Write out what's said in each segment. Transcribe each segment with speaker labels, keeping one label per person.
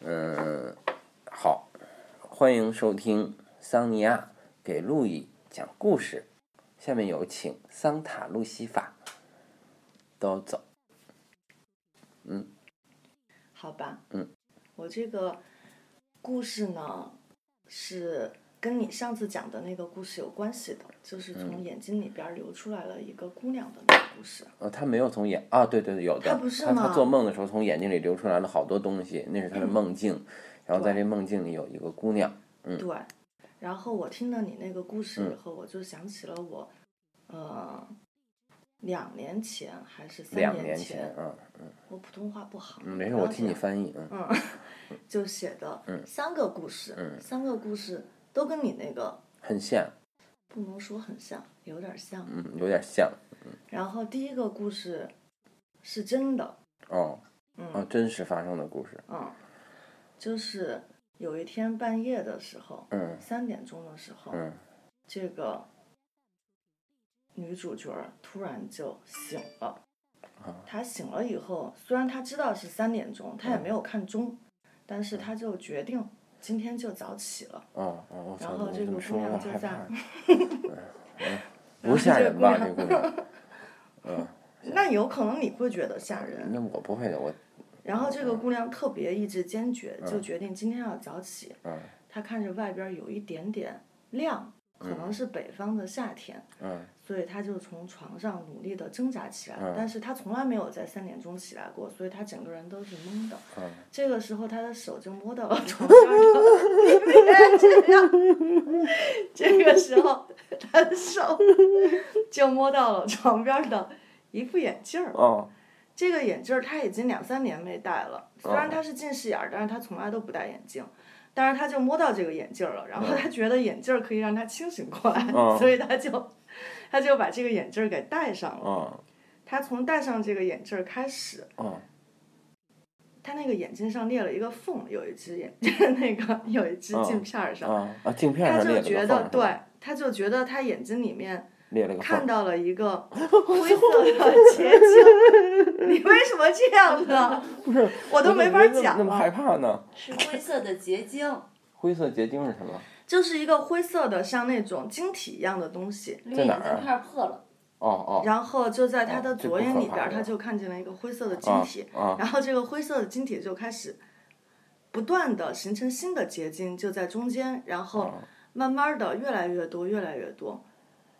Speaker 1: 嗯，好，欢迎收听桑尼亚给路易讲故事。下面有请桑塔路西法，都走。嗯，
Speaker 2: 好吧，
Speaker 1: 嗯，
Speaker 2: 我这个故事呢是跟你上次讲的那个故事有关系的，就是
Speaker 1: 嗯
Speaker 2: 从眼睛里边儿流出来了一个姑娘的那个故事。
Speaker 1: 呃，他没有从眼啊，对对对，有的。
Speaker 2: 他不是
Speaker 1: 他他
Speaker 2: 吗
Speaker 1: 做梦的时候，从眼睛里流出来了好多东西，那是他的梦境。
Speaker 2: 嗯
Speaker 1: 然后在
Speaker 2: 对
Speaker 1: 这梦境里有一个姑娘，
Speaker 2: 对，然后我听了你那个故事
Speaker 1: 嗯
Speaker 2: 以后，我就想起了我，呃，两年前还是三
Speaker 1: 两
Speaker 2: 年
Speaker 1: 年前，啊，
Speaker 2: 我普通话不好，
Speaker 1: 嗯没事，
Speaker 2: 不要
Speaker 1: 我替你
Speaker 2: 紧
Speaker 1: 翻译，嗯，
Speaker 2: 嗯，就写的三个故事，
Speaker 1: 嗯
Speaker 2: 三个故事都跟你那个
Speaker 1: 很像，
Speaker 2: 不能说很像，有点像。
Speaker 1: 嗯，有点像，
Speaker 2: 然后第一个故事是真的，
Speaker 1: 哦，
Speaker 2: 嗯
Speaker 1: 哦，真实发生的故事，
Speaker 2: 嗯，就是有一天半夜的时候，
Speaker 1: 嗯
Speaker 2: 三点钟的时候，
Speaker 1: 嗯
Speaker 2: 这个女主角儿突然就醒了。她醒了以后，虽然她知道是三点钟，她
Speaker 1: 嗯
Speaker 2: 也没有看钟，但是她就决定今天就早起了。
Speaker 1: 哦哦，我操，
Speaker 2: 然
Speaker 1: 你
Speaker 2: 后这
Speaker 1: 这
Speaker 2: 个
Speaker 1: 么
Speaker 2: 姑
Speaker 1: 说我
Speaker 2: 娘就
Speaker 1: 害
Speaker 2: 在
Speaker 1: 怕，嗯嗯
Speaker 2: 然
Speaker 1: 不
Speaker 2: 后
Speaker 1: 吓
Speaker 2: 这
Speaker 1: 人
Speaker 2: 姑
Speaker 1: 吧？这
Speaker 2: 娘
Speaker 1: 姑娘，嗯，
Speaker 2: 那有可能你会觉得吓人，
Speaker 1: 那我不会的，我
Speaker 2: 然后这个姑娘特别意志坚决，就
Speaker 1: 嗯
Speaker 2: 决定今天要早起。
Speaker 1: 嗯
Speaker 2: 她看着外边儿有一点点亮，可能是北方的夏天，
Speaker 1: 嗯
Speaker 2: 所以她就从床上努力的挣扎起来。
Speaker 1: 嗯
Speaker 2: 但是她从来没有在三点钟起来过，所以她整个人都是懵的。
Speaker 1: 嗯，
Speaker 2: 这个时候，她的手就摸到了床上的 你别这样。 这个时候，她的手就摸到了床边儿的一副眼镜儿。
Speaker 1: 哦
Speaker 2: 这个眼镜儿他已经两三年没戴了，虽然
Speaker 1: 哦
Speaker 2: 他是近视眼儿，但是他从来都不戴眼镜。但是他就摸到这个眼镜儿了，然后他觉得眼镜儿可以让他清醒过来，
Speaker 1: 嗯哦
Speaker 2: 所以他就他就把这个眼镜儿给戴上了。
Speaker 1: 哦
Speaker 2: 他从戴上这个眼镜儿开始，
Speaker 1: 哦
Speaker 2: 他那个眼睛上裂了一个缝，有一只眼 那个有一只镜片儿上，
Speaker 1: 哦啊，镜片
Speaker 2: 他
Speaker 1: 上裂
Speaker 2: 就
Speaker 1: 了个
Speaker 2: 觉
Speaker 1: 缝儿是
Speaker 2: 得
Speaker 1: 吧，哦
Speaker 2: 对，他就觉得他眼睛里面
Speaker 1: 裂了个缝
Speaker 2: 看
Speaker 1: 儿，
Speaker 2: 到了一 个灰色的结晶，你为什么这样呢？
Speaker 1: 不是，
Speaker 2: 我都
Speaker 1: 怎么
Speaker 2: 没
Speaker 1: 你
Speaker 2: 法
Speaker 1: 们那么
Speaker 2: 讲
Speaker 1: 那么
Speaker 2: 了
Speaker 1: 害怕呢？
Speaker 3: 是灰色的结晶，
Speaker 1: 灰色结晶是什么？
Speaker 2: 就是一个灰色的，像那种晶体一样的东西。
Speaker 3: 绿
Speaker 1: 在
Speaker 3: 眼
Speaker 1: 哪
Speaker 3: 镜
Speaker 1: 儿啊
Speaker 3: 片儿破了，
Speaker 1: 哦哦
Speaker 2: 然后就在他
Speaker 1: 哦
Speaker 2: 的
Speaker 1: 这
Speaker 2: 左
Speaker 1: 不
Speaker 2: 眼
Speaker 1: 可
Speaker 2: 里
Speaker 1: 怕
Speaker 2: 边儿，
Speaker 1: 呀
Speaker 2: 他就看见了一个灰色的晶
Speaker 1: 啊
Speaker 2: 体，
Speaker 1: 啊
Speaker 2: 然后这个灰色的晶体就开始不断的形成新的结晶，就在中间，然后
Speaker 1: 哦
Speaker 2: 慢慢的越来越多，越来越多，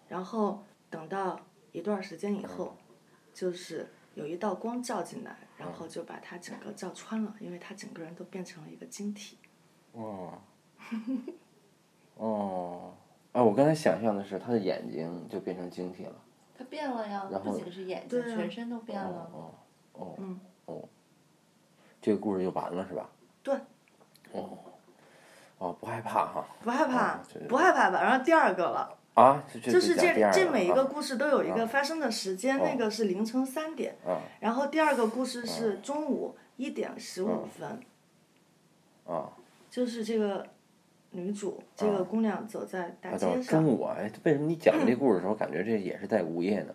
Speaker 2: 然后等到一段时间以
Speaker 1: 嗯
Speaker 2: 后，就是有一道光照进来，
Speaker 1: 嗯
Speaker 2: 然后就把它整个照穿了，因为它整个人都变成了一个晶体。
Speaker 1: 哦 哦啊！我刚才想象的是他的眼睛就变成晶体了。
Speaker 3: 它变了呀，
Speaker 1: 然后
Speaker 3: 不仅是眼睛，
Speaker 2: 对啊
Speaker 3: 全身都变了。
Speaker 1: 哦哦
Speaker 2: 嗯
Speaker 1: 哦，这个故事就完了是吧？
Speaker 2: 对。
Speaker 1: 哦哦，不害怕哈
Speaker 2: 不害怕
Speaker 1: 哦这，
Speaker 2: 不害怕吧？然后第二个了，
Speaker 1: 啊！这这
Speaker 2: 就是
Speaker 1: 讲第
Speaker 2: 这
Speaker 1: 二
Speaker 2: 这
Speaker 1: 了
Speaker 2: 每一
Speaker 1: 啊
Speaker 2: 个故事都有一个发生的时间，
Speaker 1: 哦
Speaker 2: 那个是凌晨三点，
Speaker 1: 啊
Speaker 2: 然后第二个故事是中午一点十五
Speaker 1: 嗯
Speaker 2: 分，
Speaker 1: 啊
Speaker 2: 就是这个女主这个姑娘走在大
Speaker 1: 啊！等
Speaker 2: 街
Speaker 1: 中
Speaker 2: 上，
Speaker 1: 午啊，哎，为什么你讲这故事的时候感觉这也是在午夜呢？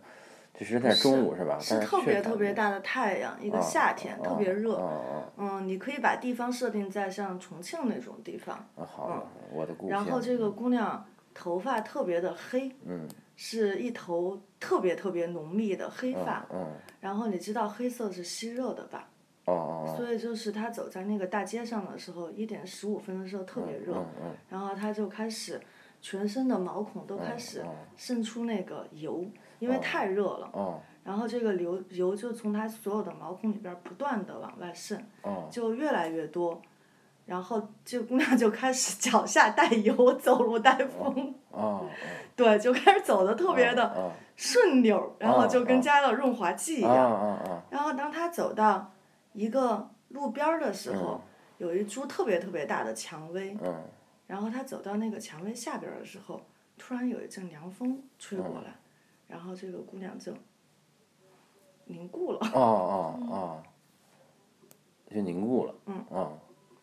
Speaker 1: 只是在中午是吧？
Speaker 2: 是
Speaker 1: 但
Speaker 2: 特
Speaker 1: 却
Speaker 2: 别
Speaker 1: 感
Speaker 2: 特别
Speaker 1: 觉
Speaker 2: 大的太阳，一个
Speaker 1: 啊
Speaker 2: 夏天
Speaker 1: 啊
Speaker 2: 特别热，
Speaker 1: 啊
Speaker 2: 嗯，你可以把地方设定在像重庆那种地方，
Speaker 1: 啊啊！好的，我的故事。
Speaker 2: 然后这个姑娘头发特别的黑，
Speaker 1: 嗯
Speaker 2: 是一头特别特别浓密的黑
Speaker 1: 嗯
Speaker 2: 发，
Speaker 1: 嗯
Speaker 2: 然后你知道黑色是吸热的吧？
Speaker 1: 哦哦哦
Speaker 2: 所以就是他走在那个大街上的时候，一点十五分的时候特别热，
Speaker 1: 嗯嗯
Speaker 2: 然后他就开始全身的毛孔都开始
Speaker 1: 嗯
Speaker 2: 渗出那个油，因为太热了，
Speaker 1: 哦
Speaker 2: 然后这个流油就从他所有的毛孔里边不断的往外渗，
Speaker 1: 哦
Speaker 2: 就越来越多。然后这姑娘就开始脚下带油，走路带风，
Speaker 1: 哦，
Speaker 2: 对，就开始走的特别的
Speaker 1: 的
Speaker 2: 顺溜，然后就
Speaker 1: 哦
Speaker 2: 跟加了润滑剂一
Speaker 1: 啊
Speaker 2: 样。
Speaker 1: 啊
Speaker 2: 然后当他走到一个路边儿的时候，有一株特别特别大的蔷薇
Speaker 1: 啊，嗯
Speaker 2: 然后他走到那个蔷薇下边儿的时候，突然有一阵凉风吹过来，然后这个姑娘就凝固了，
Speaker 1: 哦哦哦，就凝固了。
Speaker 2: 嗯
Speaker 1: 哦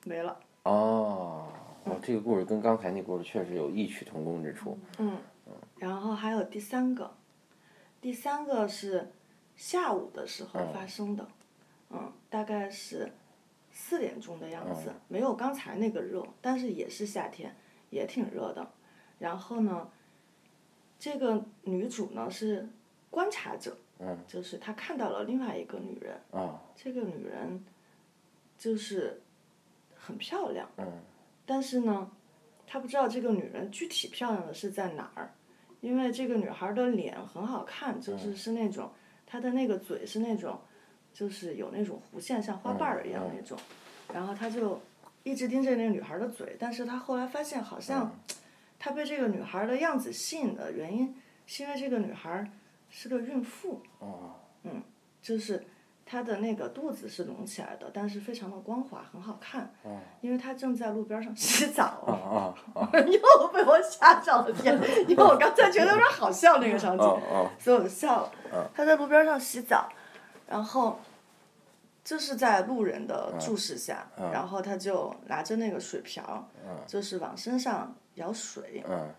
Speaker 2: 没了。
Speaker 1: 哦，哦这个故事跟刚才那故事确实有异曲同工之处。
Speaker 2: 嗯，然后还有第三个，第三个是下午的时候
Speaker 1: 嗯
Speaker 2: 发生的，嗯，大概是四点钟的样子，没有刚才那个热，但是也是夏天，也挺热的。然后呢，这个女主呢是观察者，
Speaker 1: 嗯
Speaker 2: 就是她看到了另外一个女人，
Speaker 1: 啊
Speaker 2: 这个女人就是很漂亮，
Speaker 1: 嗯
Speaker 2: 但是呢，她不知道这个女人具体漂亮的是在哪儿，因为这个女孩的脸很好看，就是是那种她的那个嘴是那种，就是有那种弧线，像花瓣儿一样
Speaker 1: 嗯
Speaker 2: 那种，然后她就一直盯着那个女孩的嘴，但是她后来发现好像
Speaker 1: 嗯
Speaker 2: 她被这个女孩的样子吸引的原因，是因为这个女孩是个孕妇，嗯
Speaker 1: 哦
Speaker 2: 就是她的那个肚子是隆起来的，但是非常的光滑，很好看。
Speaker 1: 哦
Speaker 2: 因为她正在路边上 洗澡。
Speaker 1: 啊啊啊
Speaker 2: 又被我吓着了，天！因为我刚才觉得有点好笑那个场景，
Speaker 1: 啊
Speaker 2: 所以我就笑
Speaker 1: 嗯
Speaker 2: 了。她在路边上洗澡，然后就是在路人的
Speaker 1: 嗯
Speaker 2: 注视下，然后她就拿着那个水瓢，就是往身上舀水，
Speaker 1: 嗯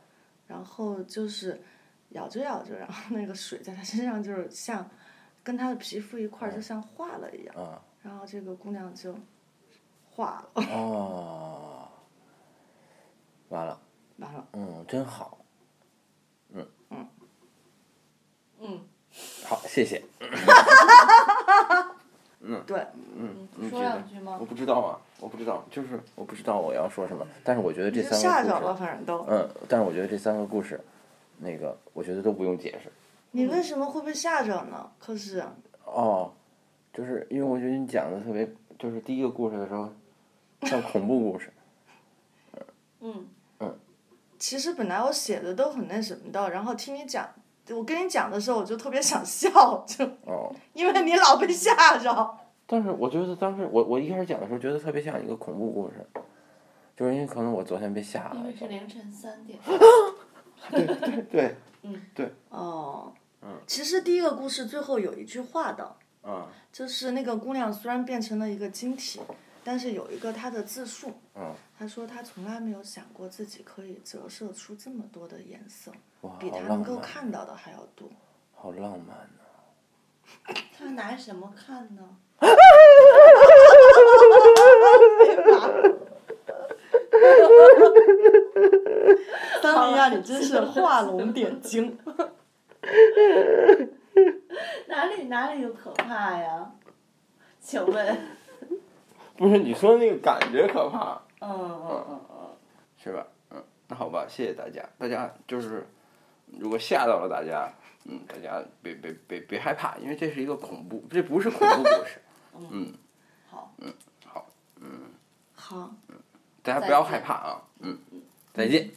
Speaker 2: 然后就是舀着舀着，然后那个水在她身上就是像跟她的皮肤一
Speaker 1: 嗯
Speaker 2: 块儿，就像化了一样。
Speaker 1: 啊
Speaker 2: 然后这个姑娘就化了，
Speaker 1: 哦，完了，
Speaker 2: 完了。嗯
Speaker 1: 嗯，真好，
Speaker 3: 嗯，
Speaker 1: 好，谢谢。
Speaker 2: 对，
Speaker 1: 嗯
Speaker 2: 嗯
Speaker 1: 你
Speaker 3: 说
Speaker 1: 觉得
Speaker 3: 两句吗
Speaker 1: 我不知道啊，我不知道，就是我不知道我要说什么，但是我觉得这
Speaker 2: 就
Speaker 1: 三
Speaker 2: 吓
Speaker 1: 个
Speaker 2: 着
Speaker 1: 故
Speaker 2: 了，
Speaker 1: 事，
Speaker 2: 反正都。
Speaker 1: 嗯，但是我觉得这三个故事，那个我觉得都不用解释。
Speaker 2: 你为什么会被吓着呢？可是，
Speaker 1: 哦，就是因为我觉得你讲的特别，就是第一个故事的时候，像恐怖故事，
Speaker 3: 嗯，
Speaker 2: 其实本来我写的都很那什么的，然后听你讲，我跟你讲的时候，我就特别想笑， 就
Speaker 1: 哦，
Speaker 2: 因为你老被吓着。
Speaker 1: 但是我觉得当时我我一开始讲的时候，觉得特别像一个恐怖故事，就是因为可能我昨天被吓
Speaker 3: 因
Speaker 1: 了
Speaker 3: 为
Speaker 1: 一
Speaker 3: 是
Speaker 1: 下，
Speaker 3: 凌晨三 点，
Speaker 1: 对，
Speaker 2: 哦，其实第一个故事最后有一句话的，
Speaker 1: 嗯
Speaker 2: 就是那个姑娘虽然变成了一个晶体，但是有一个她的自述，
Speaker 1: 嗯，
Speaker 2: 她说她从来没有想过自己可以折射出这么多的颜色，
Speaker 1: 哇，
Speaker 2: 比
Speaker 1: 啊好
Speaker 2: 她能
Speaker 1: 浪
Speaker 2: 够
Speaker 1: 漫，
Speaker 2: 看到的还要多。
Speaker 1: 好浪漫啊呐、
Speaker 3: 他拿什么看呢？
Speaker 2: 当然，你真是画龙点睛。
Speaker 3: 哪里哪里有可怕呀？请问，
Speaker 1: 不是你说的那个感觉可怕。
Speaker 3: 嗯嗯嗯嗯，
Speaker 1: 是吧？嗯，那好吧，谢谢大家。大家就是，如果吓到了大家，嗯，大家别别别别害怕，因为这是一个恐怖，这不是恐怖故事。嗯，
Speaker 3: 好，
Speaker 1: 好，嗯，
Speaker 2: 好。
Speaker 1: 大家不要害怕啊。嗯，再见。